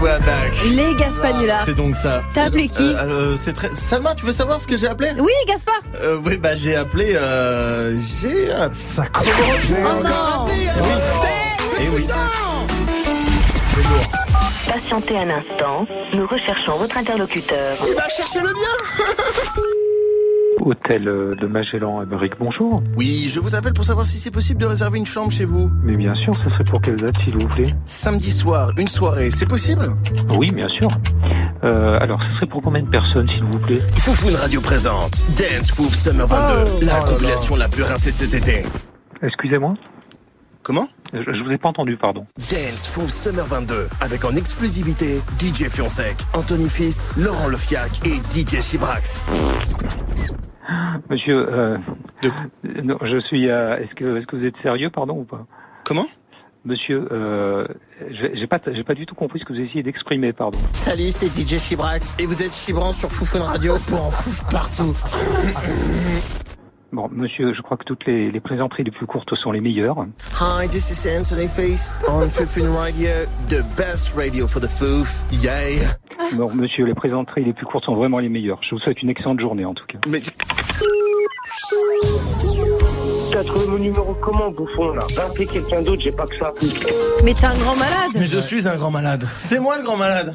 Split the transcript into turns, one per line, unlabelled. we're back.
Les Gaspanulas.
C'est donc ça.
T'as
C'est
appelé
donc-
qui
euh, euh, C'est très. Salma, tu veux savoir ce que j'ai appelé
Oui, Gaspard
Euh, Oui, bah j'ai appelé. euh, J'ai. appelé-
Ça court.
Oh non
Eh oui.
Patientez un instant, nous recherchons votre interlocuteur.
Il va chercher le bien.
Hôtel euh, de Magellan Amérique, bonjour.
Oui, je vous appelle pour savoir si c'est possible de réserver une chambre chez vous.
Mais bien sûr, ce serait pour quelle date, s'il vous plaît
Samedi soir, une soirée, c'est possible
Oui, bien sûr. Euh, alors, ce serait pour combien de personnes, s'il vous plaît
Foufoune Radio présente Dance Fouf Summer 22,
Oh
la compilation la plus rincée de cet été.
Excusez-moi
Comment
je, je vous ai pas entendu, pardon.
Dance Fouf Summer 22, avec en exclusivité DJ Fionsec, Anthony Fist, Laurent Lefiac et DJ Chibrax.
Monsieur, euh,
De-
euh, non, je suis. euh, est-ce que, est-ce que vous êtes sérieux, pardon ou pas
Comment
Monsieur, euh, j'ai j'ai pas, j'ai pas du tout compris ce que vous essayez d'exprimer, pardon.
Salut, c'est DJ Chibrax et vous êtes chibrant sur Foufoune Radio pour en fouf partout.
Bon, monsieur, je crois que toutes les, les plaisanteries les plus courtes sont les meilleures.
Hi, this is Anthony Face on Foufoune Radio, the best radio for the fouf. Yay.
Bon, monsieur, les plaisanteries les plus courtes sont vraiment les meilleures. Je vous souhaite une excellente journée, en tout cas.
Mais
T'as trouvé mon numéro comment, bouffon, là Va appeler quelqu'un d'autre, j'ai pas que ça.
Mais t'es un grand malade
je suis un grand malade. C'est moi le grand malade.